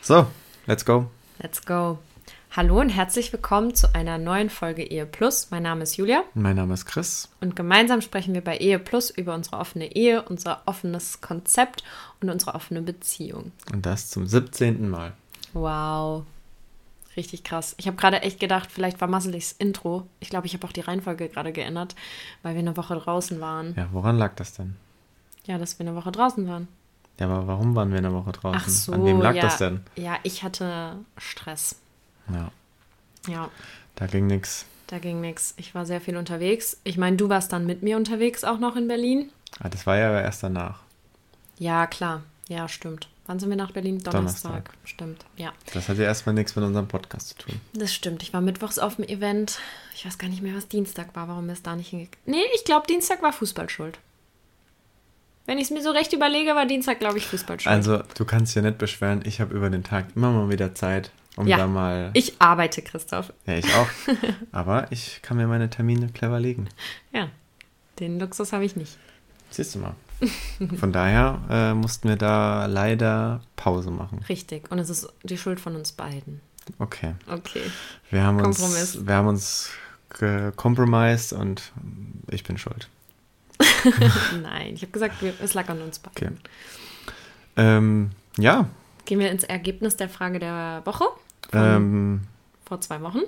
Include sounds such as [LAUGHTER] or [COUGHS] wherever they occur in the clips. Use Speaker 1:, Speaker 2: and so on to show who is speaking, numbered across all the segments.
Speaker 1: So, let's go.
Speaker 2: Let's go. Hallo und herzlich willkommen zu einer neuen Folge Ehe Plus. Mein Name ist Julia
Speaker 1: Mein Name ist Chris.
Speaker 2: und gemeinsam sprechen wir bei Ehe Plus über unsere offene Ehe, unser offenes Konzept und unsere offene Beziehung.
Speaker 1: Und das zum 17. Mal.
Speaker 2: Wow. Richtig krass. Ich habe gerade echt gedacht, vielleicht vermassel ich das Intro. Ich glaube, ich habe auch die Reihenfolge gerade geändert, weil wir eine Woche draußen waren.
Speaker 1: Ja, woran lag das denn?
Speaker 2: Ja, dass wir eine Woche draußen waren.
Speaker 1: Ja, aber warum waren wir in der Woche draußen?
Speaker 2: Ach so.
Speaker 1: An wem lag
Speaker 2: ja.
Speaker 1: das denn?
Speaker 2: Ja, ich hatte Stress.
Speaker 1: Ja,
Speaker 2: Ja.
Speaker 1: da ging nix.
Speaker 2: Da ging nichts. Ich war sehr viel unterwegs. Ich meine, du warst dann mit mir unterwegs auch noch in Berlin.
Speaker 1: Ah, das war ja aber erst danach.
Speaker 2: Ja, klar. Ja, stimmt. Wann sind wir nach Berlin? Donnerstag.
Speaker 1: Donnerstag.
Speaker 2: Stimmt. Ja,
Speaker 1: Das hat ja erstmal nichts mit unserem Podcast zu tun.
Speaker 2: das stimmt. Ich war mittwochs auf dem Event. Ich weiß gar nicht mehr, was Dienstag war, warum wir es da nicht hingekriegt Nee, ich glaube, Dienstag war Fußball schuld. Wenn ich es mir so recht überlege, war Dienstag, glaube ich, Fußball schuld.
Speaker 1: Also, du kannst ja nicht beschweren, ich habe über den Tag immer mal wieder Zeit, um
Speaker 2: ja,
Speaker 1: da mal.
Speaker 2: ich arbeite, Christoph.
Speaker 1: ja, ich
Speaker 2: [LAUGHS]
Speaker 1: auch. aber ich kann mir meine Termine clever legen.
Speaker 2: Ja, den Luxus habe ich nicht.
Speaker 1: Siehst du mal. Von daher äh, mussten wir da leider Pause machen.
Speaker 2: Richtig. Und es ist die Schuld von uns beiden.
Speaker 1: Okay. [LAUGHS]
Speaker 2: Okay. [LAUGHS]
Speaker 1: Wir haben
Speaker 2: Kompromiss.
Speaker 1: uns, wir haben uns compromised und ich bin schuld.
Speaker 2: Nein, ich habe gesagt, wir- es lag an uns beiden.
Speaker 1: Okay. Ähm, ja,
Speaker 2: Gehen wir ins Ergebnis der Frage der Woche
Speaker 1: ähm,
Speaker 2: vor zwei Wochen.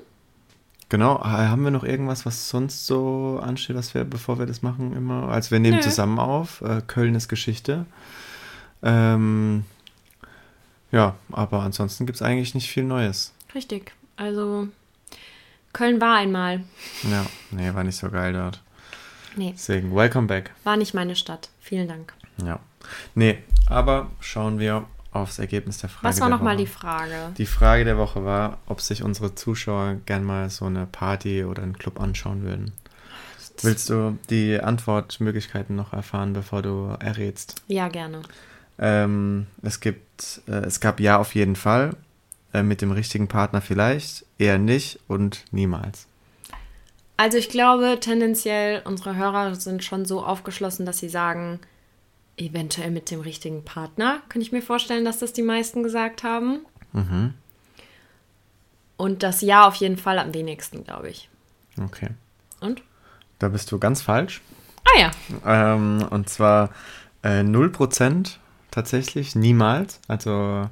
Speaker 1: genau. Ha- Haben wir noch irgendwas, was sonst so ansteht, was wir, bevor wir das machen, immer? Also wir nehmen
Speaker 2: Nö.
Speaker 1: zusammen auf. Äh, Köln ist Geschichte. Ähm, ja, aber ansonsten gibt es eigentlich nicht viel Neues.
Speaker 2: Richtig. Also Köln war einmal.
Speaker 1: Ja, nee, war nicht so geil dort.
Speaker 2: Nee,
Speaker 1: Deswegen, welcome back.
Speaker 2: war nicht meine Stadt. Vielen Dank.
Speaker 1: Ja. Nee, aber schauen wir aufs Ergebnis der Frage.
Speaker 2: Was war
Speaker 1: der
Speaker 2: nochmal
Speaker 1: Woche.
Speaker 2: die Frage?
Speaker 1: Die Frage der Woche war, ob sich unsere Zuschauer gern mal so eine Party oder einen Club anschauen würden. Willst du die Antwortmöglichkeiten noch erfahren, bevor du errätst?
Speaker 2: Ja, gerne.
Speaker 1: Ähm, es gibt, äh, es gab ja auf jeden Fall, äh, mit dem richtigen Partner vielleicht, eher nicht und niemals.
Speaker 2: Also ich glaube, tendenziell unsere Hörer sind schon so aufgeschlossen, dass sie sagen, eventuell mit dem richtigen Partner. Kann ich mir vorstellen, dass das die meisten gesagt haben.
Speaker 1: Mhm.
Speaker 2: Und das Ja auf jeden Fall am wenigsten, glaube ich.
Speaker 1: Okay,
Speaker 2: Und?
Speaker 1: da bist du ganz falsch.
Speaker 2: Ah ja.
Speaker 1: Ähm, und zwar äh, 0% tatsächlich, niemals. Also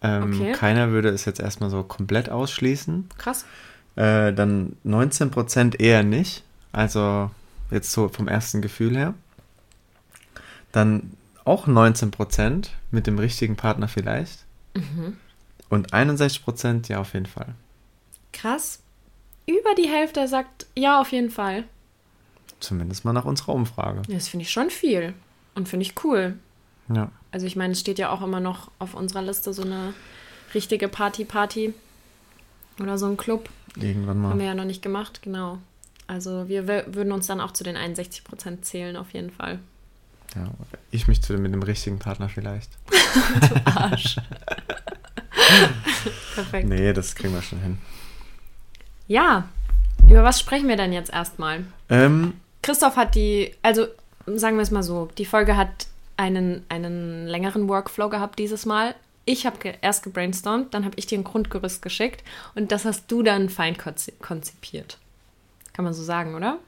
Speaker 1: ähm,
Speaker 2: Okay.
Speaker 1: keiner würde es jetzt erstmal so komplett ausschließen.
Speaker 2: Krass.
Speaker 1: Äh, dann 19% eher nicht. Also jetzt so vom ersten Gefühl her. Dann auch 19% mit dem richtigen Partner vielleicht.
Speaker 2: Mhm.
Speaker 1: Und 61% ja auf jeden Fall.
Speaker 2: Krass. Über die Hälfte sagt Ja auf jeden Fall.
Speaker 1: Zumindest mal nach unserer Umfrage.
Speaker 2: Ja, Das finde ich schon viel. Und finde ich cool.
Speaker 1: Ja.
Speaker 2: Also ich meine, es steht ja auch immer noch auf unserer Liste so eine richtige Party-Party oder so ein Club.
Speaker 1: Irgendwann
Speaker 2: Haben
Speaker 1: mal.
Speaker 2: wir ja noch nicht gemacht, genau. Also wir wär- würden uns dann auch zu den 61 Prozent zählen, auf jeden Fall.
Speaker 1: Ja. Ich mich zu dem, mit dem richtigen Partner vielleicht.
Speaker 2: Perfekt.
Speaker 1: Nee, das kriegen wir schon hin.
Speaker 2: Ja, über was sprechen wir denn jetzt erstmal?
Speaker 1: Ähm,
Speaker 2: Christoph hat die, also sagen wir es mal so, die Folge hat einen, einen längeren Workflow gehabt dieses Mal. Ich habe ge erst gebrainstormt, dann habe ich dir ein Grundgerüst geschickt und das hast du dann fein konzi- konzipiert. Kann man so sagen, oder?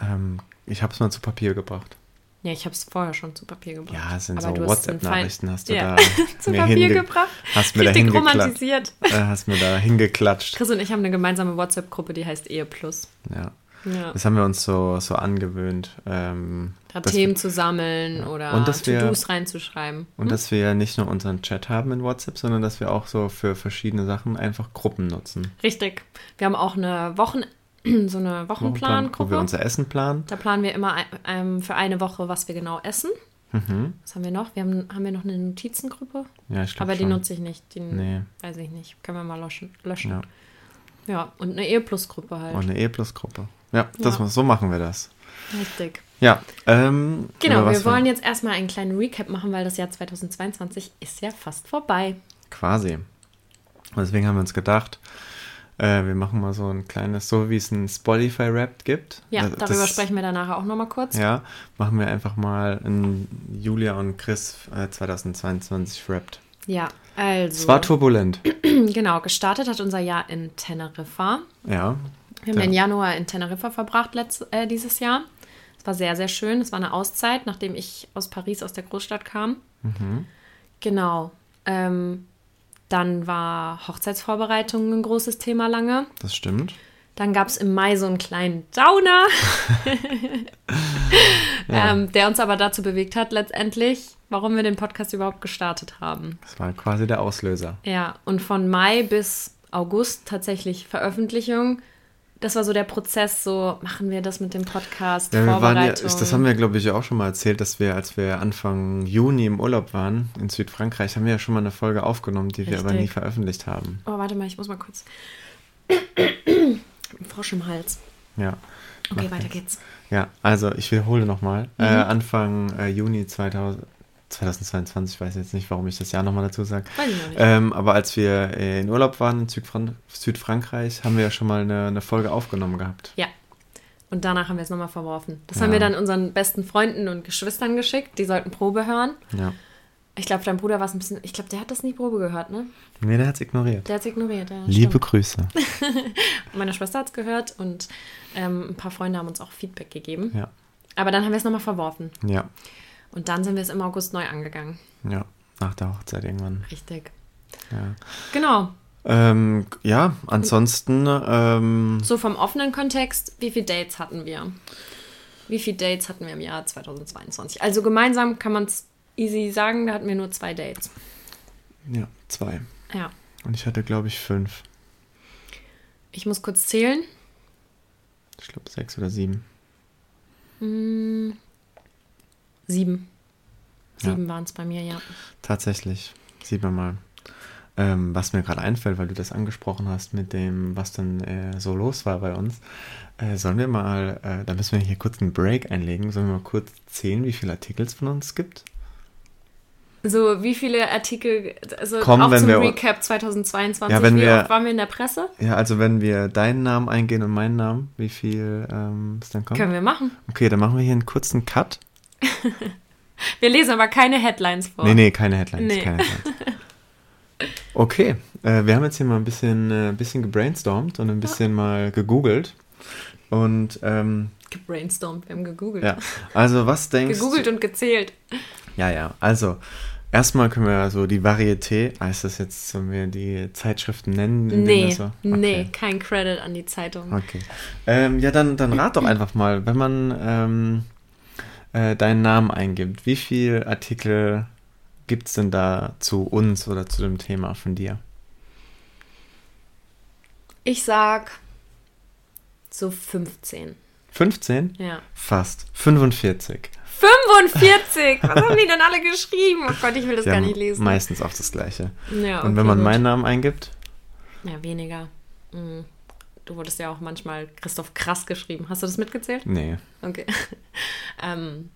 Speaker 1: ähm, ich habe es mal zu Papier gebracht.
Speaker 2: Ja, ich habe es vorher schon zu Papier gebracht.
Speaker 1: Ja, es sind
Speaker 2: Aber
Speaker 1: so
Speaker 2: du hast einen fein-
Speaker 1: WhatsApp-Nachrichten hast du
Speaker 2: Ja,
Speaker 1: da
Speaker 2: [LAUGHS] zu
Speaker 1: mir
Speaker 2: Papier
Speaker 1: hinge-
Speaker 2: gebracht.
Speaker 1: Hast [LAUGHS] mir da
Speaker 2: Richtig
Speaker 1: hingeklatscht.
Speaker 2: romantisiert.
Speaker 1: Äh, hast mir da hingeklatscht.
Speaker 2: Chris und ich haben eine gemeinsame WhatsApp-Gruppe, die heißt Ehe Plus.
Speaker 1: Ja.
Speaker 2: Ja.
Speaker 1: Das haben wir uns so, so angewöhnt. Ähm,
Speaker 2: Da
Speaker 1: dass
Speaker 2: Themen zu sammeln oder
Speaker 1: Und dass wir-
Speaker 2: To-Dos reinzuschreiben.
Speaker 1: Und dass wir nicht nur unseren Chat haben in WhatsApp, sondern dass wir auch so für verschiedene Sachen einfach Gruppen nutzen.
Speaker 2: Richtig. Wir haben auch eine Wochen, [CLEARS THROAT] so eine
Speaker 1: wo wir
Speaker 2: Wochenplangruppe.
Speaker 1: unser Essen planen.
Speaker 2: Da planen wir immer ein, ähm, für eine Woche, was wir genau essen. Was haben wir noch? Wir haben, haben wir noch eine Notizengruppe?
Speaker 1: Ja, Mhm. ich glaube
Speaker 2: Aber die
Speaker 1: schon.
Speaker 2: nutze ich nicht. Die
Speaker 1: Nee.
Speaker 2: weiß ich nicht. Können wir mal löschen. löschen.
Speaker 1: Ja.
Speaker 2: Ja. und eine Eheplus-Gruppe halt.
Speaker 1: Und eine E-Plus-Gruppe. Ja, Das,
Speaker 2: Ja.
Speaker 1: so machen wir das.
Speaker 2: Richtig.
Speaker 1: Ja, ähm,
Speaker 2: Genau,
Speaker 1: über was
Speaker 2: wir wollen jetzt erstmal einen kleinen Recap machen, weil das Jahr 2022 ist ja fast vorbei.
Speaker 1: Quasi. Und deswegen haben wir uns gedacht, äh, wir machen mal so ein kleines, so wie es ein Spotify-Rap gibt.
Speaker 2: Ja,
Speaker 1: Das-
Speaker 2: darüber
Speaker 1: das-
Speaker 2: sprechen wir dann nachher auch nochmal kurz.
Speaker 1: Ja, machen wir einfach mal ein Julia und Chris äh, 2022 rappt.
Speaker 2: Ja, also.
Speaker 1: Es war turbulent.
Speaker 2: Genau, gestartet hat unser Jahr in Teneriffa.
Speaker 1: Ja.
Speaker 2: Wir haben den Januar in Teneriffa verbracht letzt, äh, dieses Jahr. Es war sehr, sehr schön. Es war eine Auszeit, nachdem ich aus Paris, aus der Großstadt kam. Genau. Ähm, dann war Hochzeitsvorbereitung ein großes Thema lange.
Speaker 1: Das stimmt.
Speaker 2: Dann gab es im Mai so einen kleinen Downer, [LAUGHS] ähm, der uns aber dazu bewegt hat, letztendlich, warum wir den Podcast überhaupt gestartet haben.
Speaker 1: Das war quasi der Auslöser.
Speaker 2: Ja, und von Mai bis August tatsächlich Veröffentlichung. Das war so der Prozess, so machen wir das mit dem Podcast,
Speaker 1: Ja, wir waren ja,
Speaker 2: Vorbereitung.
Speaker 1: das haben wir, glaube ich, auch schon mal erzählt, dass wir, als wir Anfang Juni im Urlaub waren in Südfrankreich, haben wir ja schon mal eine Folge aufgenommen, die wir aber
Speaker 2: Richtig.
Speaker 1: nie veröffentlicht haben.
Speaker 2: oh, warte mal, ich muss mal kurz. [COUGHS] Ein Frosch im Hals.
Speaker 1: Ja.
Speaker 2: Okay,
Speaker 1: Macht
Speaker 2: weiter
Speaker 1: nichts.
Speaker 2: geht's.
Speaker 1: Ja, also ich wiederhole nochmal. Äh,
Speaker 2: Mhm.
Speaker 1: Anfang äh, Juni 2000, 2022, ich weiß jetzt nicht, warum ich das Jahr nochmal dazu sage.
Speaker 2: Weiß ich noch nicht.
Speaker 1: Ähm, aber als wir äh, in Urlaub waren in Südfran Südfrankreich, haben wir ja schon mal eine, eine Folge aufgenommen gehabt.
Speaker 2: Ja. Und danach haben wir es nochmal verworfen. Das
Speaker 1: Ja.
Speaker 2: haben wir dann unseren besten Freunden und Geschwistern geschickt. Die sollten Probe hören.
Speaker 1: Ja.
Speaker 2: Ich glaube, dein Bruder war es ein bisschen. Ich glaube, der hat das nie Probe gehört, ne?
Speaker 1: Nee, der hat es ignoriert.
Speaker 2: Der hat es ignoriert. Ja,
Speaker 1: Liebe
Speaker 2: stimmt. [LAUGHS]
Speaker 1: Grüße.
Speaker 2: Meine Schwester hat es gehört und ähm, ein paar Freunde haben uns auch Feedback gegeben.
Speaker 1: Ja.
Speaker 2: Aber dann haben wir es nochmal verworfen.
Speaker 1: Ja.
Speaker 2: Und dann sind wir es im August neu angegangen.
Speaker 1: Ja. Nach der Hochzeit irgendwann.
Speaker 2: Richtig.
Speaker 1: Ja.
Speaker 2: Genau.
Speaker 1: Ähm, ja, ansonsten, ähm,
Speaker 2: So vom offenen Kontext, wie viele Dates hatten wir? Wie viele Dates hatten wir im Jahr 2022? Also gemeinsam kann man es easy sagen, da hatten wir nur zwei Dates.
Speaker 1: ja, zwei.
Speaker 2: Ja.
Speaker 1: Und ich hatte, glaube ich, fünf.
Speaker 2: Ich muss kurz zählen.
Speaker 1: Ich glaube, sechs oder sieben.
Speaker 2: Hm. Sieben.
Speaker 1: Ja.
Speaker 2: Sieben waren es bei mir, ja.
Speaker 1: Tatsächlich. Sieht man mal. Ähm, was mir gerade einfällt, weil du das angesprochen hast mit dem, was dann äh, so los war bei uns. Äh, sollen wir mal, äh, da müssen wir hier kurz einen Break einlegen, sollen wir mal kurz zählen, wie viele Artikel es von uns gibt?
Speaker 2: So, wie viele Artikel, also
Speaker 1: Kommen,
Speaker 2: auch
Speaker 1: wenn
Speaker 2: zum
Speaker 1: wir-
Speaker 2: Recap 2022,
Speaker 1: Ja, wenn
Speaker 2: wie
Speaker 1: wir-
Speaker 2: oft waren wir in der Presse?
Speaker 1: Ja, also wenn wir deinen Namen eingehen und meinen Namen, wie viel ähm, es dann kommt?
Speaker 2: Können wir machen.
Speaker 1: Okay, dann machen wir hier einen kurzen Cut.
Speaker 2: Wir lesen aber keine Headlines vor.
Speaker 1: Nee, nee, keine Headlines.
Speaker 2: Oh. Nee.
Speaker 1: Keine Headlines.
Speaker 2: [LAUGHS]
Speaker 1: Okay, äh, wir haben jetzt hier mal ein bisschen, äh, ein bisschen gebrainstormt und ein bisschen mal gegoogelt. Und ähm,
Speaker 2: Gebrainstormt, wir haben gegoogelt. [LAUGHS]
Speaker 1: Ja, also was denkst
Speaker 2: Gegoogelt
Speaker 1: du?
Speaker 2: und gezählt.
Speaker 1: Ja, ja, also erstmal können wir so die Varieté, heißt das jetzt, sollen wir die Zeitschriften nennen? in denen
Speaker 2: Nee,
Speaker 1: das so?
Speaker 2: nee, kein Credit an die Zeitung.
Speaker 1: Okay. Ähm, ja, dann, dann rat doch einfach mal, wenn man ähm, äh, deinen Namen eingibt, wie viele Artikel gibt es denn da zu uns oder zu dem Thema von dir?
Speaker 2: Ich sag so 15.
Speaker 1: 15?
Speaker 2: Ja.
Speaker 1: Fast. 45.
Speaker 2: 45! Was haben die denn alle geschrieben? Oh Gott, ich will das
Speaker 1: Sie
Speaker 2: gar
Speaker 1: haben
Speaker 2: nicht lesen.
Speaker 1: Meistens auch das Gleiche.
Speaker 2: Ja,
Speaker 1: Und
Speaker 2: okay,
Speaker 1: wenn man
Speaker 2: gut.
Speaker 1: meinen Namen eingibt,
Speaker 2: Ja, weniger. Hm. Du wurdest ja auch manchmal Christoph Krass geschrieben. Hast du das mitgezählt?
Speaker 1: nee.
Speaker 2: Okay. [LAUGHS] ähm,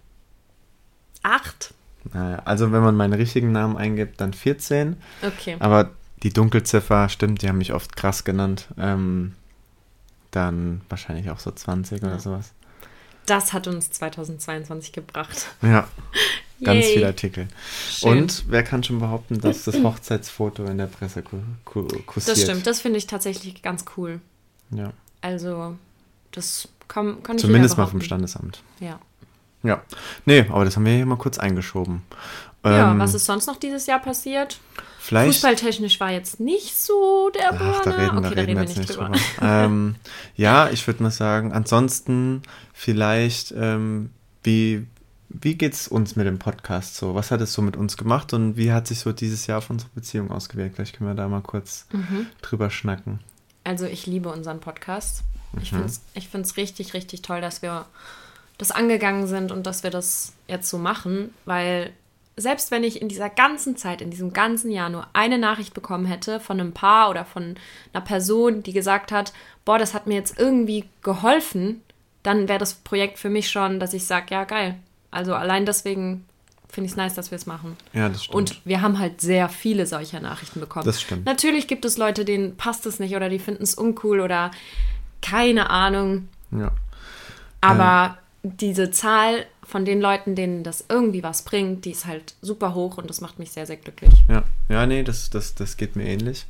Speaker 2: acht?
Speaker 1: Naja, also wenn man meinen richtigen Namen eingibt, dann 14.
Speaker 2: Okay.
Speaker 1: Aber die Dunkelziffer, stimmt, die haben mich oft krass genannt. Ähm, dann wahrscheinlich auch so 20 oder
Speaker 2: Ja.
Speaker 1: sowas.
Speaker 2: Das hat uns 2022 gebracht.
Speaker 1: Ja, ganz
Speaker 2: Yay.
Speaker 1: viele Artikel.
Speaker 2: Schön. Mhm.
Speaker 1: Und wer kann schon behaupten, dass das Hochzeitsfoto in der Presse ku ku kursiert?
Speaker 2: Das stimmt, das finde ich tatsächlich ganz cool.
Speaker 1: Ja.
Speaker 2: Also, das kann, kann ich
Speaker 1: Zumindest
Speaker 2: jeder
Speaker 1: mal vom
Speaker 2: behaupten.
Speaker 1: Standesamt.
Speaker 2: Ja.
Speaker 1: Ja, nee, aber das haben wir hier mal kurz eingeschoben.
Speaker 2: Ja,
Speaker 1: Ähm,
Speaker 2: was ist sonst noch dieses Jahr passiert?
Speaker 1: vielleicht,
Speaker 2: Fußballtechnisch war jetzt nicht so der Burner.
Speaker 1: Ach, da reden, Oh, ne? da
Speaker 2: okay,
Speaker 1: reden wir jetzt nicht drüber. [LAUGHS] ähm, ja, ich würde mal sagen, ansonsten vielleicht, ähm, wie, wie geht's uns mit dem Podcast so? Was hat es so mit uns gemacht und wie hat sich so dieses Jahr auf unsere Beziehung ausgewirkt? Vielleicht können wir da mal kurz drüber schnacken.
Speaker 2: Also ich liebe unseren Podcast. Ich finde es ich find's richtig, richtig toll, dass wir das angegangen sind und dass wir das jetzt so machen, weil selbst wenn ich in dieser ganzen Zeit, in diesem ganzen Jahr nur eine Nachricht bekommen hätte von einem Paar oder von einer Person, die gesagt hat, boah, das hat mir jetzt irgendwie geholfen, dann wäre das Projekt für mich schon, dass ich sage, ja, geil. Also allein deswegen finde ich es nice, dass wir es machen.
Speaker 1: Ja, das stimmt.
Speaker 2: Und wir haben halt sehr viele solcher Nachrichten bekommen.
Speaker 1: Das stimmt.
Speaker 2: Natürlich gibt es Leute, denen passt es nicht oder die finden es uncool oder keine Ahnung.
Speaker 1: ja.
Speaker 2: Aber diese Zahl von den Leuten, denen das irgendwie was bringt, die ist halt super hoch und das macht mich sehr, sehr glücklich.
Speaker 1: Ja, ja, nee, das, das, das geht mir ähnlich.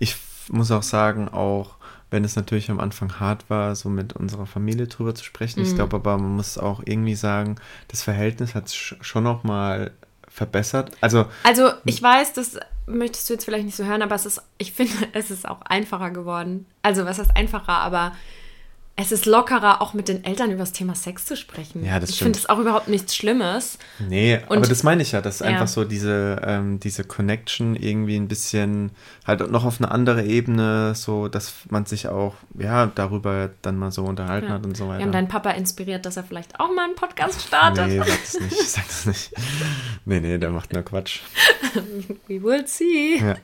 Speaker 1: Ich f- muss auch sagen, auch wenn es natürlich am Anfang hart war, so mit unserer Familie drüber zu sprechen,
Speaker 2: Mhm.
Speaker 1: ich glaube aber, man muss auch irgendwie sagen, das Verhältnis hat sich schon noch mal verbessert. Also,
Speaker 2: Also ich weiß, das möchtest du jetzt vielleicht nicht so hören, aber es ist, ich finde, [LAUGHS] es ist auch einfacher geworden. Also was heißt einfacher, aber es ist lockerer, auch mit den Eltern über das Thema Sex zu sprechen.
Speaker 1: Ja, das
Speaker 2: ich finde
Speaker 1: stimmt.
Speaker 2: es auch überhaupt nichts Schlimmes.
Speaker 1: nee,
Speaker 2: Und-
Speaker 1: aber das meine ich ja, dass
Speaker 2: Ja.
Speaker 1: einfach so diese, ähm, diese Connection irgendwie ein bisschen halt noch auf eine andere Ebene, so dass man sich auch, ja, darüber dann mal so unterhalten hat und so weiter.
Speaker 2: Wir haben deinen Papa inspiriert, dass er vielleicht auch mal einen Podcast startet.
Speaker 1: nee, sag das nicht, sag das nicht. Nee, nee, der macht nur Quatsch.
Speaker 2: We will see.
Speaker 1: Ja.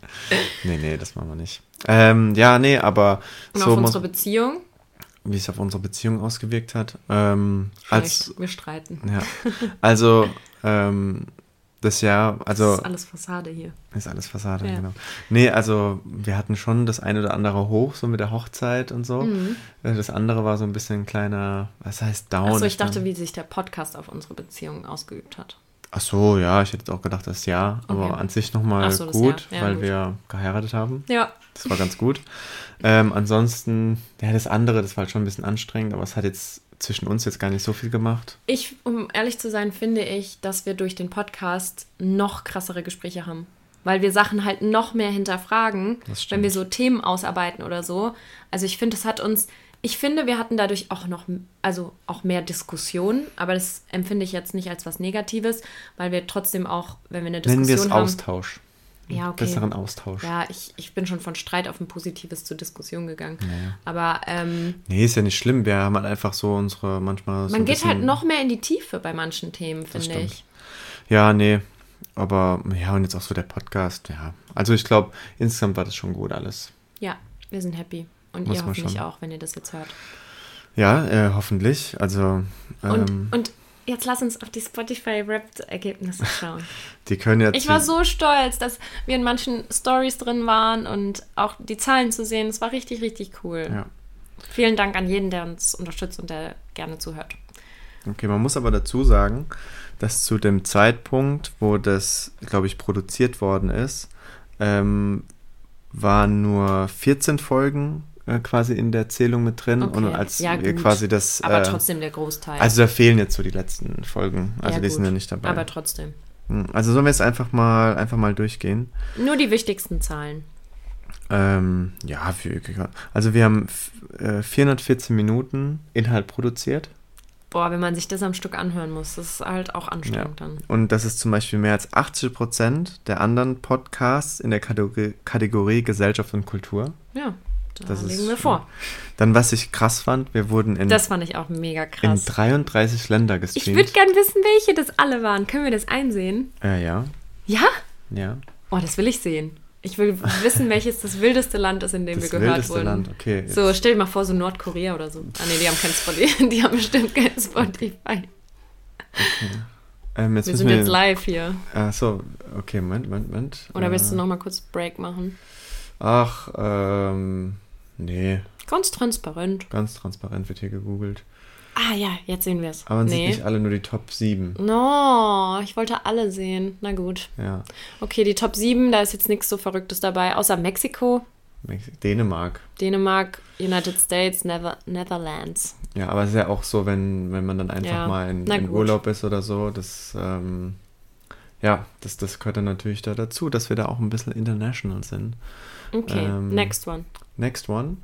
Speaker 1: Nee, nee, das machen wir nicht. Ähm, ja, nee, aber
Speaker 2: Und
Speaker 1: so
Speaker 2: auf
Speaker 1: muss,
Speaker 2: unsere Beziehung.
Speaker 1: wie es auf unsere Beziehung ausgewirkt hat. Ähm, als,
Speaker 2: Vielleicht, wir streiten.
Speaker 1: ja,
Speaker 2: [LAUGHS]
Speaker 1: also, ähm, das Jahr,
Speaker 2: Das
Speaker 1: also
Speaker 2: ist alles Fassade hier.
Speaker 1: ist alles Fassade,
Speaker 2: Ja.
Speaker 1: genau. Nee, also wir hatten schon das ein oder andere hoch, so mit der Hochzeit und so.
Speaker 2: Mhm.
Speaker 1: Äh, Das andere war so ein bisschen ein kleiner, was heißt Down?
Speaker 2: Achso, ich
Speaker 1: meine-
Speaker 2: dachte, wie sich der Podcast auf unsere Beziehung ausgeübt hat.
Speaker 1: Ach so, ja, ich hätte jetzt auch gedacht, das Jahr, aber
Speaker 2: Okay.
Speaker 1: an sich
Speaker 2: Ach
Speaker 1: nochmal
Speaker 2: so, das
Speaker 1: gut,
Speaker 2: Jahr. Ja,
Speaker 1: weil
Speaker 2: gut.
Speaker 1: wir geheiratet haben.
Speaker 2: Ja.
Speaker 1: Das war ganz gut. Ähm, ansonsten, ja, das andere, das war halt schon ein bisschen anstrengend, aber es hat jetzt zwischen uns jetzt gar nicht so viel gemacht.
Speaker 2: Ich, um ehrlich zu sein, finde ich, dass wir durch den Podcast noch krassere Gespräche haben. Weil wir Sachen halt noch mehr hinterfragen,
Speaker 1: Das stimmt.
Speaker 2: wenn wir so Themen ausarbeiten oder so. Also ich finde, das hat uns, ich finde, wir hatten dadurch auch noch, also auch mehr Diskussionen, aber das empfinde ich jetzt nicht als was Negatives, weil wir trotzdem auch, wenn wir eine Diskussion
Speaker 1: Nennen wir es
Speaker 2: haben.
Speaker 1: Austausch.
Speaker 2: Ja, okay.
Speaker 1: Besseren Austausch.
Speaker 2: Ja, ich, ich bin schon von Streit auf ein Positives zur Diskussion gegangen. Aber ähm,
Speaker 1: Nee, ist ja nicht schlimm. Wir haben halt einfach so unsere manchmal so.
Speaker 2: man
Speaker 1: ein
Speaker 2: geht
Speaker 1: bisschen,
Speaker 2: halt noch mehr in die Tiefe bei manchen Themen, finde
Speaker 1: stimmt.
Speaker 2: ich.
Speaker 1: Ja, nee. Aber ja, und jetzt auch so der Podcast, ja. Also ich glaube, insgesamt war das schon gut alles.
Speaker 2: Ja, wir sind happy. Und
Speaker 1: Muss
Speaker 2: ihr
Speaker 1: man
Speaker 2: hoffentlich
Speaker 1: schon.
Speaker 2: auch, wenn ihr das jetzt hört.
Speaker 1: Ja, äh, hoffentlich. Also, ähm,
Speaker 2: Und, und jetzt lass uns auf
Speaker 1: [LAUGHS]
Speaker 2: die Spotify-Rap-Ergebnisse schauen.
Speaker 1: die können jetzt.
Speaker 2: Ich war so stolz, dass wir in manchen Stories drin waren und auch die Zahlen zu sehen. Es war richtig, richtig cool.
Speaker 1: Ja.
Speaker 2: Vielen Dank an jeden, der uns unterstützt und der gerne zuhört.
Speaker 1: Okay, man muss aber dazu sagen, dass zu dem Zeitpunkt, wo das, glaube ich, produziert worden ist, ähm, waren nur 14 Folgen äh, quasi in der Zählung mit drin. Und
Speaker 2: Okay,
Speaker 1: als
Speaker 2: ja,
Speaker 1: wir
Speaker 2: gut.
Speaker 1: quasi das.
Speaker 2: Aber
Speaker 1: äh,
Speaker 2: trotzdem der Großteil.
Speaker 1: Also da fehlen jetzt so die letzten Folgen. Also
Speaker 2: Ja,
Speaker 1: die sind
Speaker 2: gut.
Speaker 1: ja nicht dabei.
Speaker 2: Aber trotzdem.
Speaker 1: Hm, also sollen wir jetzt einfach mal, einfach mal durchgehen.
Speaker 2: Nur die wichtigsten Zahlen.
Speaker 1: Ähm, ja, für, also wir haben f- äh, 414 Minuten Inhalt produziert.
Speaker 2: Boah, wenn man sich das am Stück anhören muss, das ist halt auch anstrengend dann.
Speaker 1: Und das ist zum Beispiel mehr als 80 Prozent der anderen Podcasts in der Kategorie, Kategorie Gesellschaft und Kultur.
Speaker 2: Ja, da
Speaker 1: Das
Speaker 2: Ah, legen
Speaker 1: ist
Speaker 2: wir vor.
Speaker 1: Dann, was ich krass fand, wir wurden in,
Speaker 2: Das fand ich auch mega
Speaker 1: in
Speaker 2: krass.
Speaker 1: 33 Länder
Speaker 2: Ich würde
Speaker 1: gestreamt.
Speaker 2: gern wissen, welche das alle waren. Können wir das einsehen?
Speaker 1: äh, ja,
Speaker 2: Ja?
Speaker 1: ja.
Speaker 2: Oh, das will ich sehen. Ich will wissen, welches das wildeste Land ist, in dem
Speaker 1: Das
Speaker 2: wir gehört
Speaker 1: wildeste
Speaker 2: wurden.
Speaker 1: Land, okay.
Speaker 2: So, stell dir mal vor, so Nordkorea oder so. Ah nee, die haben kein Spotify. [LAUGHS] Die haben bestimmt kein Spotify.
Speaker 1: Ähm, jetzt
Speaker 2: Wir
Speaker 1: müssen
Speaker 2: sind jetzt live hier.
Speaker 1: Ach so, okay, Moment, Moment, Moment.
Speaker 2: Oder willst du
Speaker 1: Äh,
Speaker 2: nochmal kurz Break machen?
Speaker 1: Ach, ähm, nee,
Speaker 2: Ganz transparent.
Speaker 1: ganz transparent wird hier gegoogelt.
Speaker 2: Ah ja, jetzt sehen wir es.
Speaker 1: Aber man
Speaker 2: nee.
Speaker 1: sieht nicht alle, nur die Top 7.
Speaker 2: No, ich wollte alle sehen. Na gut.
Speaker 1: Ja,
Speaker 2: Okay, die Top 7, da ist jetzt nichts so Verrücktes dabei, außer Mexiko,
Speaker 1: Mex- Dänemark.
Speaker 2: Dänemark, United States, Never Netherlands.
Speaker 1: Ja, aber es ist ja auch so, wenn, wenn man dann einfach
Speaker 2: Ja,
Speaker 1: mal in,
Speaker 2: na
Speaker 1: in
Speaker 2: gut.
Speaker 1: Urlaub ist oder so, das ähm, ja, das, das gehört dann natürlich da dazu, dass wir da auch ein bisschen international sind.
Speaker 2: Okay,
Speaker 1: Ähm,
Speaker 2: next one.
Speaker 1: Next one.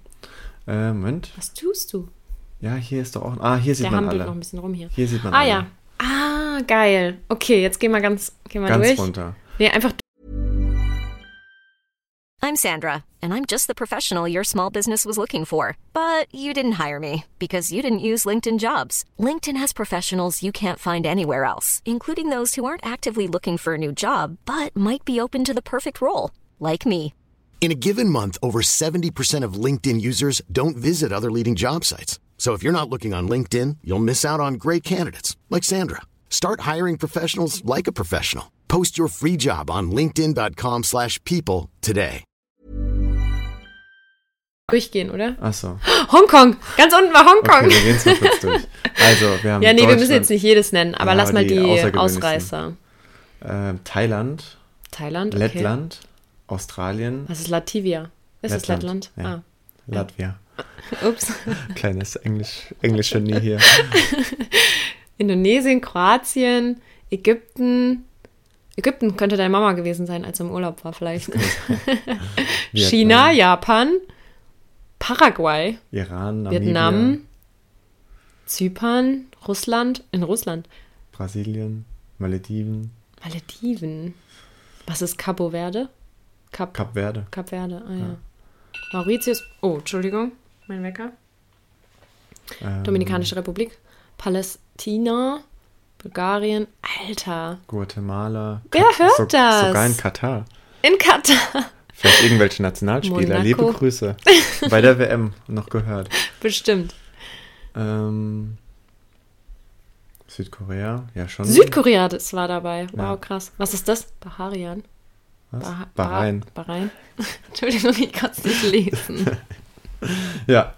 Speaker 1: Äh, Moment.
Speaker 2: Was tust du?
Speaker 1: Ja, hier ist doch auch. Ah, hier sieht
Speaker 2: Der
Speaker 1: man
Speaker 2: hampelt
Speaker 1: alle.
Speaker 2: noch ein bisschen rum hier.
Speaker 1: Hier sieht man
Speaker 2: ah
Speaker 1: alle.
Speaker 2: ja. Ah, geil. Okay, jetzt gehen wir ganz, gehen wir
Speaker 1: Ganz
Speaker 2: durch.
Speaker 1: runter.
Speaker 2: Nee, einfach
Speaker 3: I'm Sandra, and I'm just the professional your small business was looking for. But you didn't hire me because you didn't use LinkedIn jobs. LinkedIn has professionals you can't find anywhere else, including those who aren't actively looking for a new job but might be open to the perfect role, like me.
Speaker 4: In a given month, over 70% of LinkedIn users don't visit other leading job sites. So if you're not looking on LinkedIn, you'll miss out on great candidates like Sandra. Start hiring professionals like a professional. Post your free job on linkedin.com/people slash people today.
Speaker 2: durchgehen, oder? [GASPS] [LAUGHS]
Speaker 1: Achso.
Speaker 2: Hongkong! Ganz unten war Hongkong!
Speaker 1: Okay, wir gehen es mal kurz
Speaker 2: [LAUGHS]
Speaker 1: durch. Also, wir haben.
Speaker 2: ja, nee, wir müssen
Speaker 1: Deutschland,
Speaker 2: jetzt nicht jedes nennen, aber
Speaker 1: Ja,
Speaker 2: lass mal
Speaker 1: die
Speaker 2: die
Speaker 1: außergewöhnlichsten.
Speaker 2: Ausreißer.
Speaker 1: ähm, Thailand,
Speaker 2: Thailand, okay.
Speaker 1: Lettland, Australien,
Speaker 2: Was ist Latvia? Ist es Lettland?
Speaker 1: Lettland, ja. Latvia.
Speaker 2: Ah, ups. [LAUGHS]
Speaker 1: Kleines Englisch, Englisch Genie hier.
Speaker 2: Indonesien, Kroatien, Ägypten. Ägypten könnte deine Mama gewesen sein, als sie im Urlaub war vielleicht. [LAUGHS] China, Japan, Paraguay,
Speaker 1: Iran, Namibia,
Speaker 2: Vietnam, Zypern, Russland, in Russland,
Speaker 1: Brasilien, Malediven,
Speaker 2: Malediven. Was ist Cabo Verde? Kap,
Speaker 1: Kap Verde.
Speaker 2: Kap Verde, ah ja. Mauritius, oh, Entschuldigung, mein Wecker.
Speaker 1: Ähm,
Speaker 2: Dominikanische Republik, Palästina, Bulgarien, Alter.
Speaker 1: Guatemala.
Speaker 2: Wer
Speaker 1: Kat-
Speaker 2: hört
Speaker 1: so,
Speaker 2: das?
Speaker 1: Sogar in Katar.
Speaker 2: In Katar. [LAUGHS]
Speaker 1: Vielleicht irgendwelche Nationalspieler.
Speaker 2: Monaco.
Speaker 1: Liebe
Speaker 2: [LAUGHS]
Speaker 1: Grüße. Bei der WM noch gehört.
Speaker 2: Bestimmt.
Speaker 1: Ähm, Südkorea, ja schon.
Speaker 2: Südkorea, das war dabei. Wow,
Speaker 1: Ja.
Speaker 2: krass. Was ist das? Baharian.
Speaker 1: Was?
Speaker 2: Bah-
Speaker 1: Bahrain.
Speaker 2: Bah- Bahrain. [LAUGHS] Entschuldigung, ich kann es nicht lesen.
Speaker 1: Ja,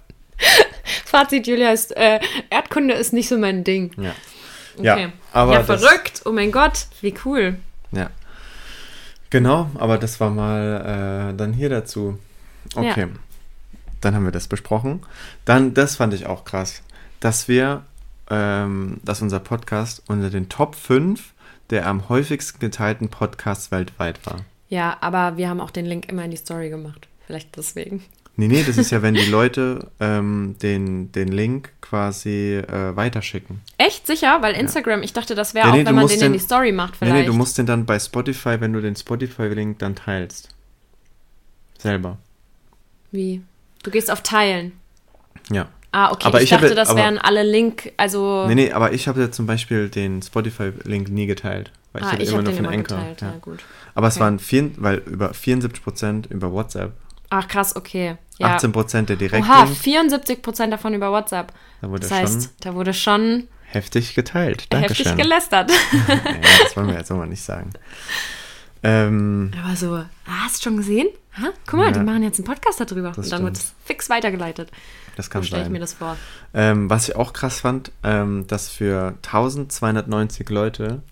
Speaker 2: Fazit, Julia, ist, äh, Erdkunde ist nicht so mein Ding.
Speaker 1: ja.
Speaker 2: Okay.
Speaker 1: Ja, aber
Speaker 2: ja,
Speaker 1: das-
Speaker 2: verrückt. Oh mein Gott, wie cool.
Speaker 1: Ja. Genau, aber das war mal äh, dann hier dazu. Okay. Dann haben wir das besprochen. Dann, das fand ich auch krass, dass wir, ähm, dass unser Podcast unter den Top 5 der am häufigsten geteilten Podcasts weltweit war.
Speaker 2: Ja, aber wir haben auch den Link immer in die Story gemacht. Vielleicht deswegen.
Speaker 1: Nee, nee, das ist ja, wenn die Leute ähm, den, den Link quasi äh, weiterschicken.
Speaker 2: Echt sicher? Weil Instagram, ich dachte, das wäre
Speaker 1: Ja,
Speaker 2: auch,
Speaker 1: nee, du
Speaker 2: wenn man
Speaker 1: musst
Speaker 2: den, in
Speaker 1: den-
Speaker 2: die Story macht,
Speaker 1: Nee,
Speaker 2: vielleicht.
Speaker 1: nee, du musst den dann bei Spotify, wenn du den Spotify-Link dann teilst. Selber.
Speaker 2: Wie? Du gehst auf Teilen.
Speaker 1: Ja.
Speaker 2: Ah, okay.
Speaker 1: Aber
Speaker 2: ich,
Speaker 1: ich hab
Speaker 2: dachte,
Speaker 1: ja-
Speaker 2: das
Speaker 1: aber-
Speaker 2: wären alle Link, also.
Speaker 1: Nee, nee, aber ich habe ja zum Beispiel den Spotify-Link nie geteilt. Weil ich
Speaker 2: ah,
Speaker 1: hatte
Speaker 2: ich
Speaker 1: immer
Speaker 2: habe
Speaker 1: nur
Speaker 2: den
Speaker 1: von
Speaker 2: immer
Speaker 1: Anchor.
Speaker 2: geteilt. Ja.
Speaker 1: ja.
Speaker 2: gut.
Speaker 1: Aber es
Speaker 2: Okay.
Speaker 1: waren vier, weil über 74% über WhatsApp,
Speaker 2: Ach, krass, okay. Ja.
Speaker 1: 18% der direkten,
Speaker 2: Oha, 74 Prozent davon über WhatsApp.
Speaker 1: Da wurde
Speaker 2: das heißt,
Speaker 1: schon-
Speaker 2: da wurde schon
Speaker 1: heftig geteilt. Dankeschön.
Speaker 2: heftig gelästert.
Speaker 1: [LAUGHS] Ja, das wollen wir jetzt auch mal nicht sagen. Ähm,
Speaker 2: Aber so, ah, hast du schon gesehen? Ha? Guck mal,
Speaker 1: Ja.
Speaker 2: die machen jetzt einen Podcast darüber.
Speaker 1: Das
Speaker 2: Und dann wird
Speaker 1: stimmt.
Speaker 2: es fix weitergeleitet.
Speaker 1: das kann
Speaker 2: So stelle ich
Speaker 1: sein.
Speaker 2: mir das vor.
Speaker 1: Ähm, was ich auch krass fand, ähm, dass für 1290 Leute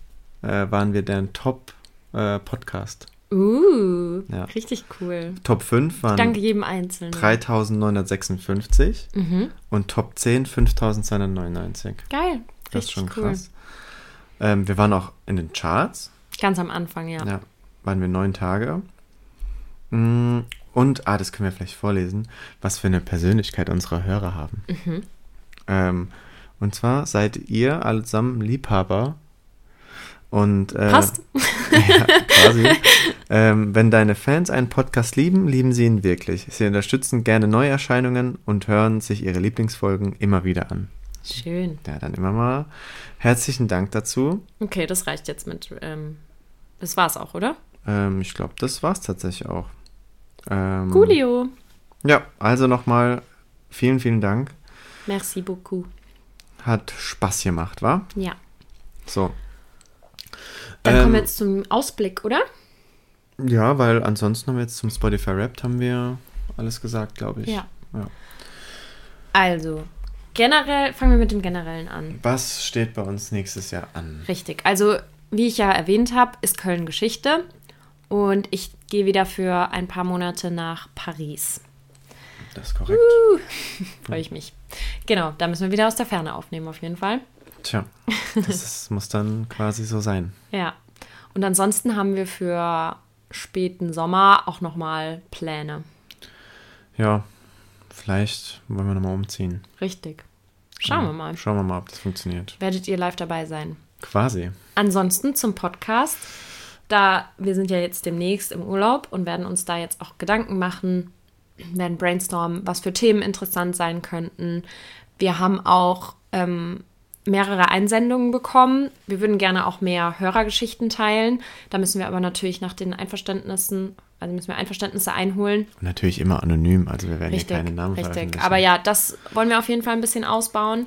Speaker 1: äh, waren wir der äh, Top-Podcast.
Speaker 2: Uh,
Speaker 1: Ja.
Speaker 2: richtig cool.
Speaker 1: Top 5 waren
Speaker 2: Danke jedem Einzelnen.
Speaker 1: 3956
Speaker 2: Mhm.
Speaker 1: und Top 10 5299.
Speaker 2: Geil. Richtig
Speaker 1: Das ist schon
Speaker 2: cool.
Speaker 1: krass. Ähm, wir waren auch in den Charts.
Speaker 2: Ganz am Anfang, ja.
Speaker 1: Ja, waren wir neun Tage. Mm, Und, ah, das können wir vielleicht vorlesen, was für eine Persönlichkeit unsere Hörer haben.
Speaker 2: Mhm.
Speaker 1: Ähm, und zwar seid ihr alle zusammen Liebhaber. Und, äh,
Speaker 2: Passt.
Speaker 1: [LAUGHS] ja, quasi. ähm, wenn deine Fans einen Podcast lieben, lieben sie ihn wirklich. Sie unterstützen gerne Neuerscheinungen und hören sich ihre Lieblingsfolgen immer wieder an.
Speaker 2: Schön.
Speaker 1: Ja, dann immer mal herzlichen Dank dazu.
Speaker 2: Okay, das reicht jetzt mit. Ähm, das war's auch, oder?
Speaker 1: Ähm, ich glaube, das war's tatsächlich auch. Ähm,
Speaker 2: Coolio.
Speaker 1: Ja, also nochmal vielen, vielen Dank.
Speaker 2: Merci beaucoup.
Speaker 1: Hat Spaß gemacht, war?
Speaker 2: Ja.
Speaker 1: So.
Speaker 2: Dann
Speaker 1: Ähm,
Speaker 2: kommen wir jetzt zum Ausblick, oder?
Speaker 1: Ja, weil ansonsten haben wir jetzt zum Spotify Wrapped haben wir alles gesagt, glaube ich.
Speaker 2: Ja.
Speaker 1: ja.
Speaker 2: Also, generell, fangen wir mit dem Generellen an.
Speaker 1: Was steht bei uns nächstes Jahr an?
Speaker 2: Richtig. Also, wie ich ja erwähnt habe, ist Köln Geschichte. Und ich gehe wieder für ein paar Monate nach Paris.
Speaker 1: Das ist korrekt.
Speaker 2: Freue ich mich. Genau, da müssen wir wieder aus der Ferne aufnehmen, auf jeden Fall.
Speaker 1: Tja, das ist, muss dann quasi so sein.
Speaker 2: Ja. Und ansonsten haben wir für späten Sommer auch nochmal Pläne.
Speaker 1: Ja, vielleicht wollen wir nochmal umziehen.
Speaker 2: Richtig. Schauen wir mal.
Speaker 1: Schauen wir mal, ob das funktioniert.
Speaker 2: Werdet ihr live dabei sein.
Speaker 1: Quasi.
Speaker 2: Ansonsten zum Podcast. Da wir sind ja jetzt demnächst im Urlaub und werden uns da jetzt auch Gedanken machen, werden brainstormen, was für Themen interessant sein könnten. Wir haben auch ähm, mehrere Einsendungen bekommen. Wir würden gerne auch mehr Hörergeschichten teilen. Da müssen wir aber natürlich nach den Einverständnissen, also müssen wir Einverständnisse einholen.
Speaker 1: Und natürlich immer anonym, also wir werden hier keine Namen
Speaker 2: Richtig,
Speaker 1: veröffentlichen.
Speaker 2: aber ja, das wollen wir auf jeden Fall ein bisschen ausbauen.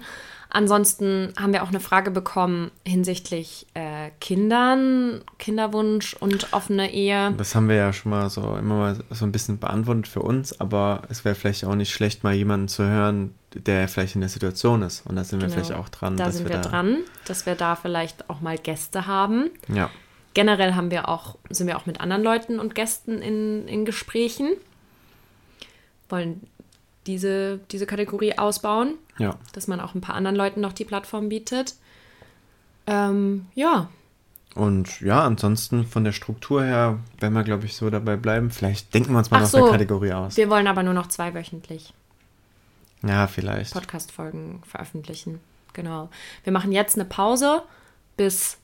Speaker 2: Ansonsten haben wir auch eine Frage bekommen hinsichtlich äh, Kindern, Kinderwunsch und offene Ehe.
Speaker 1: Das haben wir ja schon mal so immer mal so ein bisschen beantwortet für uns, aber es wäre vielleicht auch nicht schlecht, mal jemanden zu hören, der vielleicht in der Situation ist. Und da sind wir vielleicht auch dran.
Speaker 2: Genau. Da
Speaker 1: dass
Speaker 2: sind wir, dran, dass wir da vielleicht auch mal Gäste haben.
Speaker 1: Ja.
Speaker 2: Generell haben wir auch, sind wir auch mit anderen Leuten und Gästen in, in Gesprächen. Wollen diese, diese Kategorie ausbauen,
Speaker 1: Ja.
Speaker 2: dass man auch ein paar anderen Leuten noch die Plattform bietet. Ähm, ja,
Speaker 1: Und ja, ansonsten von der Struktur her werden wir, glaube ich, so dabei bleiben. Vielleicht denken wir uns mal
Speaker 2: Ach
Speaker 1: noch
Speaker 2: so,
Speaker 1: eine Kategorie aus.
Speaker 2: wir wollen aber nur noch zwei wöchentlich
Speaker 1: Ja, vielleicht.
Speaker 2: Podcast-Folgen veröffentlichen. Genau. Wir machen jetzt eine Pause bis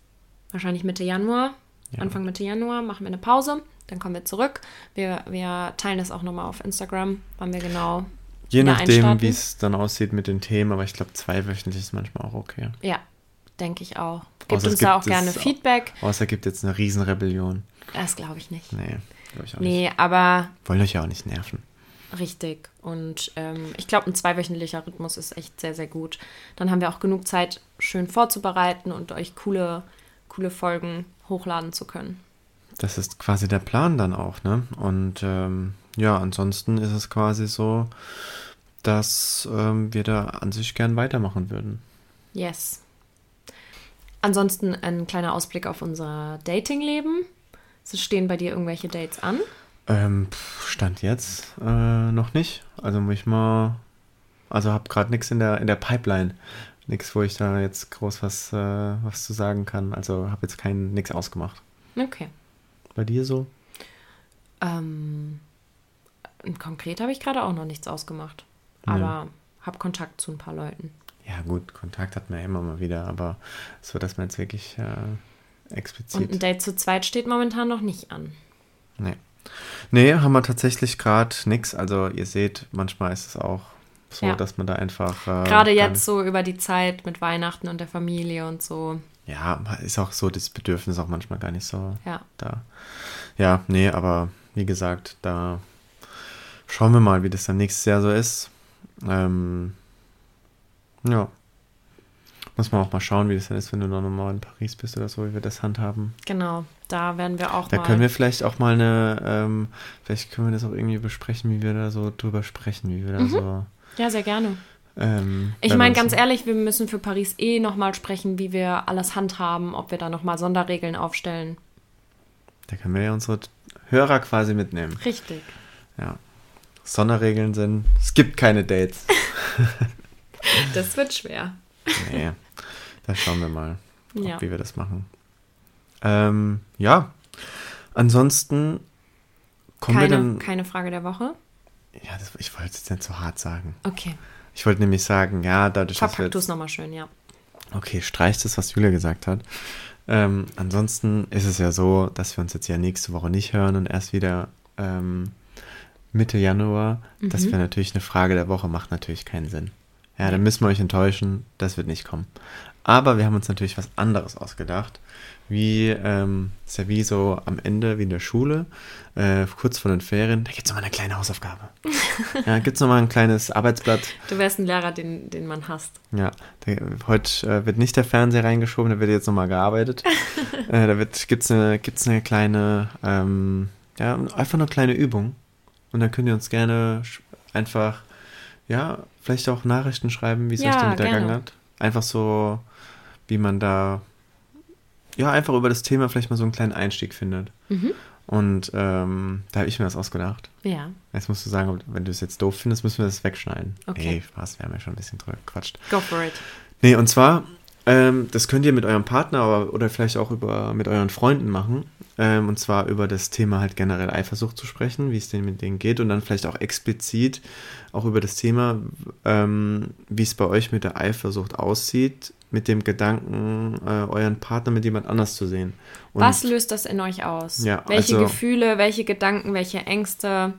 Speaker 2: wahrscheinlich Mitte Januar. Anfang Mitte Januar machen wir eine Pause. Dann kommen wir zurück. Wir, wir teilen das auch nochmal auf Instagram, wann wir genau.
Speaker 1: Je
Speaker 2: wieder
Speaker 1: nachdem,
Speaker 2: einstarten.
Speaker 1: wie es dann aussieht mit den Themen, aber ich glaube, zweiwöchentlich ist manchmal auch okay.
Speaker 2: Ja, denke ich auch. Gebt
Speaker 1: Außer es
Speaker 2: uns da
Speaker 1: gibt
Speaker 2: auch gerne
Speaker 1: es-
Speaker 2: Feedback.
Speaker 1: Außer gibt jetzt eine Riesenrebellion.
Speaker 2: Das glaube ich nicht.
Speaker 1: Nee, glaube ich auch nicht.
Speaker 2: Nee, aber
Speaker 1: Wollen euch ja auch nicht nerven.
Speaker 2: Richtig. Und ähm, ich glaube, ein zweiwöchentlicher Rhythmus ist echt sehr, sehr gut. Dann haben wir auch genug Zeit, schön vorzubereiten und euch coole, coole Folgen hochladen zu können.
Speaker 1: Das ist quasi der Plan dann auch, ne? Und ähm, ja, ansonsten ist es quasi so, dass ähm, wir da an sich gern weitermachen würden.
Speaker 2: Yes. Ansonsten ein kleiner Ausblick auf unser Datingleben. Es stehen bei dir irgendwelche Dates an.
Speaker 1: Ähm, pff, Stand jetzt äh, noch nicht. Also muss ich mal, also habe gerade nichts in der in der Pipeline, nichts, wo ich da jetzt groß was äh, was zu sagen kann. Also habe jetzt kein nichts ausgemacht.
Speaker 2: Okay.
Speaker 1: Bei dir so?
Speaker 2: Ähm, äh, konkret habe ich gerade auch noch nichts ausgemacht. Aber habe Kontakt zu ein paar Leuten.
Speaker 1: Ja gut, Kontakt hat man ja immer mal wieder, aber so, dass man jetzt wirklich äh,
Speaker 2: Und ein
Speaker 1: explizit.
Speaker 2: Date zu zweit steht momentan noch nicht an.
Speaker 1: Nee. nee, haben wir tatsächlich gerade nichts. Also ihr seht, manchmal ist es auch so,
Speaker 2: Ja.
Speaker 1: dass man da einfach äh,
Speaker 2: Gerade
Speaker 1: dann-
Speaker 2: jetzt so über die Zeit mit Weihnachten und der Familie und so.
Speaker 1: Ja, ist auch so, das Bedürfnis auch manchmal gar nicht so
Speaker 2: Ja.
Speaker 1: da. Ja, nee, aber wie gesagt, da schauen wir mal, wie das dann nächstes Jahr so ist. Ähm, ja. Muss man auch mal schauen, wie das dann ist, wenn du noch mal in Paris bist oder so, wie wir das handhaben.
Speaker 2: Genau, da werden wir auch
Speaker 1: Da
Speaker 2: mal.
Speaker 1: können wir vielleicht auch mal eine, ähm, vielleicht können wir das auch irgendwie besprechen, wie wir da so drüber sprechen, wie wir da so.
Speaker 2: ja, sehr gerne.
Speaker 1: Ähm,
Speaker 2: Mhm. Ich
Speaker 1: wenn
Speaker 2: meine,
Speaker 1: wir
Speaker 2: ganz
Speaker 1: so-
Speaker 2: ehrlich, wir müssen für Paris eh nochmal sprechen, wie wir alles handhaben, ob wir da nochmal Sonderregeln aufstellen. e-
Speaker 1: Da können wir ja unsere Hörer quasi mitnehmen.
Speaker 2: Richtig.
Speaker 1: Ja. Sonderregeln sind, es gibt keine Dates.
Speaker 2: Das wird schwer.
Speaker 1: Nee, da schauen wir mal, ob,
Speaker 2: Ja.
Speaker 1: wie wir das machen. Ähm, ja, ansonsten kommen wir
Speaker 2: Keine,
Speaker 1: dann...
Speaker 2: keine Frage der Woche.
Speaker 1: Ja, das, ich wollte es jetzt nicht so hart sagen.
Speaker 2: Okay.
Speaker 1: Ich wollte nämlich sagen, ja, dadurch, dass wir...
Speaker 2: Verpackt
Speaker 1: jetzt-
Speaker 2: du es nochmal schön, ja.
Speaker 1: Okay, streicht das, was Julia gesagt hat. Ähm, ansonsten ist es ja so, dass wir uns jetzt ja nächste Woche nicht hören und erst wieder ähm, Mitte Januar. Das wäre natürlich eine Frage der Woche, macht natürlich keinen Sinn. Ja, dann müssen wir euch enttäuschen, das wird nicht kommen. Aber wir haben uns natürlich was anderes ausgedacht. Wie, ähm, ist ja wie so am Ende, wie in der Schule, äh, kurz vor den Ferien, da gibt es nochmal eine kleine Hausaufgabe. ja, gibt es nochmal ein kleines Arbeitsblatt.
Speaker 2: Du wärst ein Lehrer, den, den man hasst.
Speaker 1: Ja, da, heute äh, wird nicht der Fernseher reingeschoben, da wird jetzt nochmal
Speaker 2: [LAUGHS]
Speaker 1: gearbeitet. äh, da wird, gibt's eine, gibt's eine kleine, ähm, ja, einfach eine kleine Übung. Und dann könnt ihr uns gerne sch- einfach, ja, vielleicht auch Nachrichten schreiben, wie es
Speaker 2: Ja,
Speaker 1: euch damit ergangen
Speaker 2: gerne.
Speaker 1: hat. Einfach so, wie man da, ja, einfach über das Thema vielleicht mal so einen kleinen Einstieg findet.
Speaker 2: Mhm.
Speaker 1: Und ähm, da habe ich mir das ausgedacht.
Speaker 2: Ja.
Speaker 1: Jetzt musst du sagen, ob- wenn du es jetzt doof findest, müssen wir das wegschneiden.
Speaker 2: Okay.
Speaker 1: Nee, Spaß, wir haben ja schon ein bisschen drüber gequatscht.
Speaker 2: Go for it.
Speaker 1: Nee, und zwar Ähm, das könnt ihr mit eurem Partner aber, oder vielleicht auch über, mit euren Freunden machen. Ähm, und zwar über das Thema halt generell Eifersucht zu sprechen, wie es denen mit denen geht und dann vielleicht auch explizit auch über das Thema, ähm, wie es bei euch mit der Eifersucht aussieht, mit dem Gedanken, äh, euren Partner mit jemand anders zu sehen. Und
Speaker 2: Was löst das in euch aus?
Speaker 1: Ja,
Speaker 2: welche
Speaker 1: also-
Speaker 2: Gefühle, welche Gedanken, welche Ängste,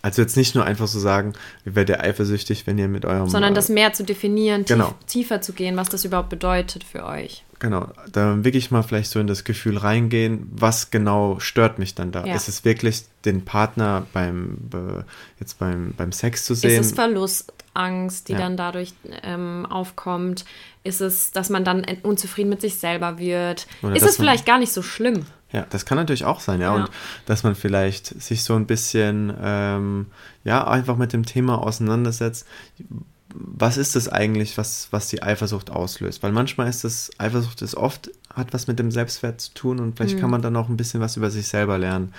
Speaker 1: also jetzt nicht nur einfach so sagen, ihr werdet eifersüchtig, wenn ihr mit eurem
Speaker 2: sondern
Speaker 1: äh,
Speaker 2: das mehr zu definieren, tief,
Speaker 1: genau.
Speaker 2: tiefer zu gehen, was das überhaupt bedeutet für euch.
Speaker 1: Genau, da wirklich mal vielleicht so in das Gefühl reingehen, was genau stört mich dann da?
Speaker 2: Ja.
Speaker 1: Ist es wirklich den Partner beim be, jetzt beim, beim Sex zu sehen?
Speaker 2: Ist es Verlustangst, die
Speaker 1: Ja.
Speaker 2: dann dadurch ähm, aufkommt? Ist es, dass man dann en- unzufrieden mit sich selber wird?
Speaker 1: Oder
Speaker 2: ist
Speaker 1: dass
Speaker 2: es
Speaker 1: man-
Speaker 2: vielleicht gar nicht so schlimm?
Speaker 1: ja, das kann natürlich auch sein, ja.
Speaker 2: Ja.
Speaker 1: Und dass man vielleicht sich so ein bisschen ähm, ja einfach mit dem Thema auseinandersetzt. Was ist das eigentlich, was, was die Eifersucht auslöst? Weil manchmal ist das, Eifersucht ist oft, hat was mit dem Selbstwert zu tun und vielleicht kann man dann auch ein bisschen was über sich selber lernen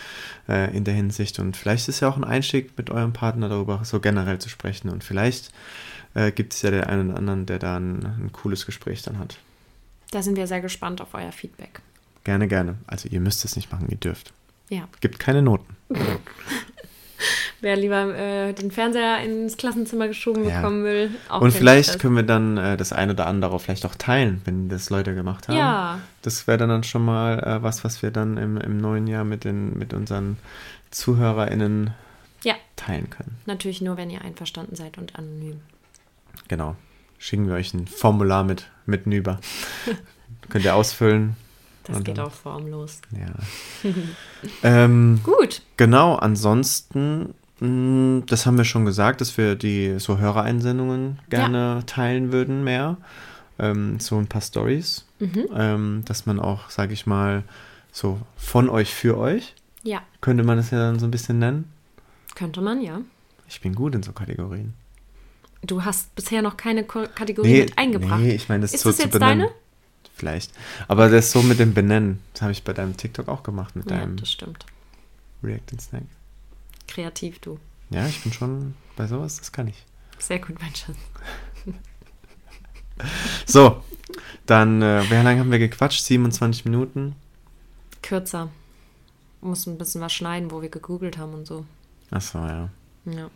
Speaker 1: äh, in der Hinsicht. Und vielleicht ist ja auch ein Einstieg mit eurem Partner darüber so generell zu sprechen. Und vielleicht äh, gibt es ja den einen oder anderen, der da ein, ein cooles Gespräch dann hat.
Speaker 2: Da sind wir sehr gespannt auf euer Feedback.
Speaker 1: Gerne, gerne. Also ihr müsst es nicht machen, ihr dürft.
Speaker 2: Ja.
Speaker 1: Gibt keine Noten.
Speaker 2: Wer lieber äh, den Fernseher ins Klassenzimmer geschoben
Speaker 1: Ja.
Speaker 2: bekommen will, auch
Speaker 1: Und
Speaker 2: kein
Speaker 1: vielleicht
Speaker 2: Stress.
Speaker 1: können wir dann äh, das eine oder andere vielleicht auch teilen, wenn das Leute gemacht haben.
Speaker 2: Ja.
Speaker 1: Das wäre dann, dann schon mal äh, was, was wir dann im, im neuen Jahr mit, den, mit unseren ZuhörerInnen
Speaker 2: Ja,
Speaker 1: teilen können.
Speaker 2: natürlich nur, wenn ihr einverstanden seid und anonym.
Speaker 1: Genau. Schicken wir euch ein Formular mit, mit
Speaker 2: [LAUGHS]
Speaker 1: Nüber. Könnt ihr ausfüllen.
Speaker 2: Das
Speaker 1: Und
Speaker 2: geht
Speaker 1: dann-
Speaker 2: auch formlos.
Speaker 1: Ja.
Speaker 2: [LAUGHS]
Speaker 1: ähm,
Speaker 2: Gut.
Speaker 1: Genau, ansonsten, mh, das haben wir schon gesagt, dass wir die so Hörereinsendungen gerne teilen würden mehr. Ähm, so ein paar Stories,
Speaker 2: Mhm.
Speaker 1: ähm, dass man auch, sage ich mal, so von euch für euch,
Speaker 2: Ja,
Speaker 1: könnte man das ja dann so ein bisschen nennen.
Speaker 2: könnte man, ja.
Speaker 1: Ich bin gut in so Kategorien.
Speaker 2: Du hast bisher noch keine Ko Kategorie mit eingebracht.
Speaker 1: nee, ich meine, das
Speaker 2: Ist
Speaker 1: so
Speaker 2: das
Speaker 1: zu
Speaker 2: jetzt
Speaker 1: benennen.
Speaker 2: deine?
Speaker 1: Vielleicht. Aber das so mit dem Benennen, das habe ich bei deinem TikTok auch gemacht, mit
Speaker 2: ja,
Speaker 1: deinem
Speaker 2: das stimmt.
Speaker 1: React and Snack.
Speaker 2: Kreativ, du.
Speaker 1: Ja, ich bin schon bei sowas, das kann ich.
Speaker 2: Sehr gut, mein Schatz.
Speaker 1: So, dann, äh, wie lange haben wir gequatscht? 27 Minuten?
Speaker 2: Kürzer. Muss ein bisschen was schneiden, wo wir gegoogelt haben und so.
Speaker 1: Achso, ja.
Speaker 2: Ja.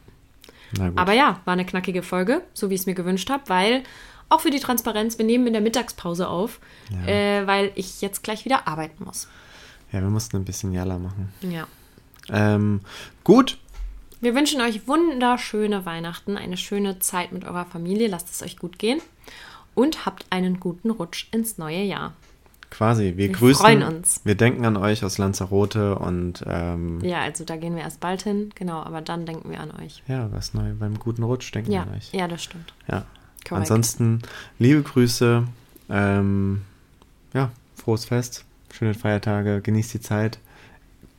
Speaker 1: Na gut.
Speaker 2: Aber ja, war eine knackige Folge, so wie ich es mir gewünscht habe, weil auch für die Transparenz, wir nehmen in der Mittagspause auf,
Speaker 1: Ja.
Speaker 2: äh, weil ich jetzt gleich wieder arbeiten muss.
Speaker 1: ja, wir mussten ein bisschen Jalla machen.
Speaker 2: Ja.
Speaker 1: Ähm, gut,
Speaker 2: Wir wünschen euch wunderschöne Weihnachten, eine schöne Zeit mit eurer Familie, lasst es euch gut gehen und habt einen guten Rutsch ins neue Jahr.
Speaker 1: quasi. Wir, grüßen.
Speaker 2: freuen uns.
Speaker 1: Wir denken an euch aus Lanzarote und ähm,
Speaker 2: Ja, also da gehen wir erst bald hin, genau, aber dann denken wir an euch.
Speaker 1: ja, was neu beim guten Rutsch denken
Speaker 2: Ja,
Speaker 1: wir an euch.
Speaker 2: ja, das stimmt.
Speaker 1: Ja.
Speaker 2: Korrekt.
Speaker 1: Ansonsten, liebe Grüße. Ähm, ja, frohes Fest, schöne Feiertage, genießt die Zeit.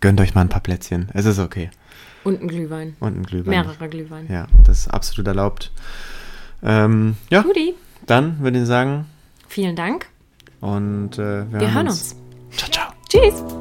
Speaker 1: Gönnt euch mal ein paar Plätzchen. Es ist okay.
Speaker 2: Und ein Glühwein.
Speaker 1: Und ein Glühwein.
Speaker 2: Mehrere Glühwein.
Speaker 1: Ja, das ist absolut erlaubt. Ähm, ja,
Speaker 2: Guti,
Speaker 1: dann würde ich sagen,
Speaker 2: vielen Dank.
Speaker 1: und äh, wir,
Speaker 2: Wir
Speaker 1: hören
Speaker 2: hören
Speaker 1: uns.
Speaker 2: uns.
Speaker 1: Ciao, ciao.
Speaker 2: Tschüss.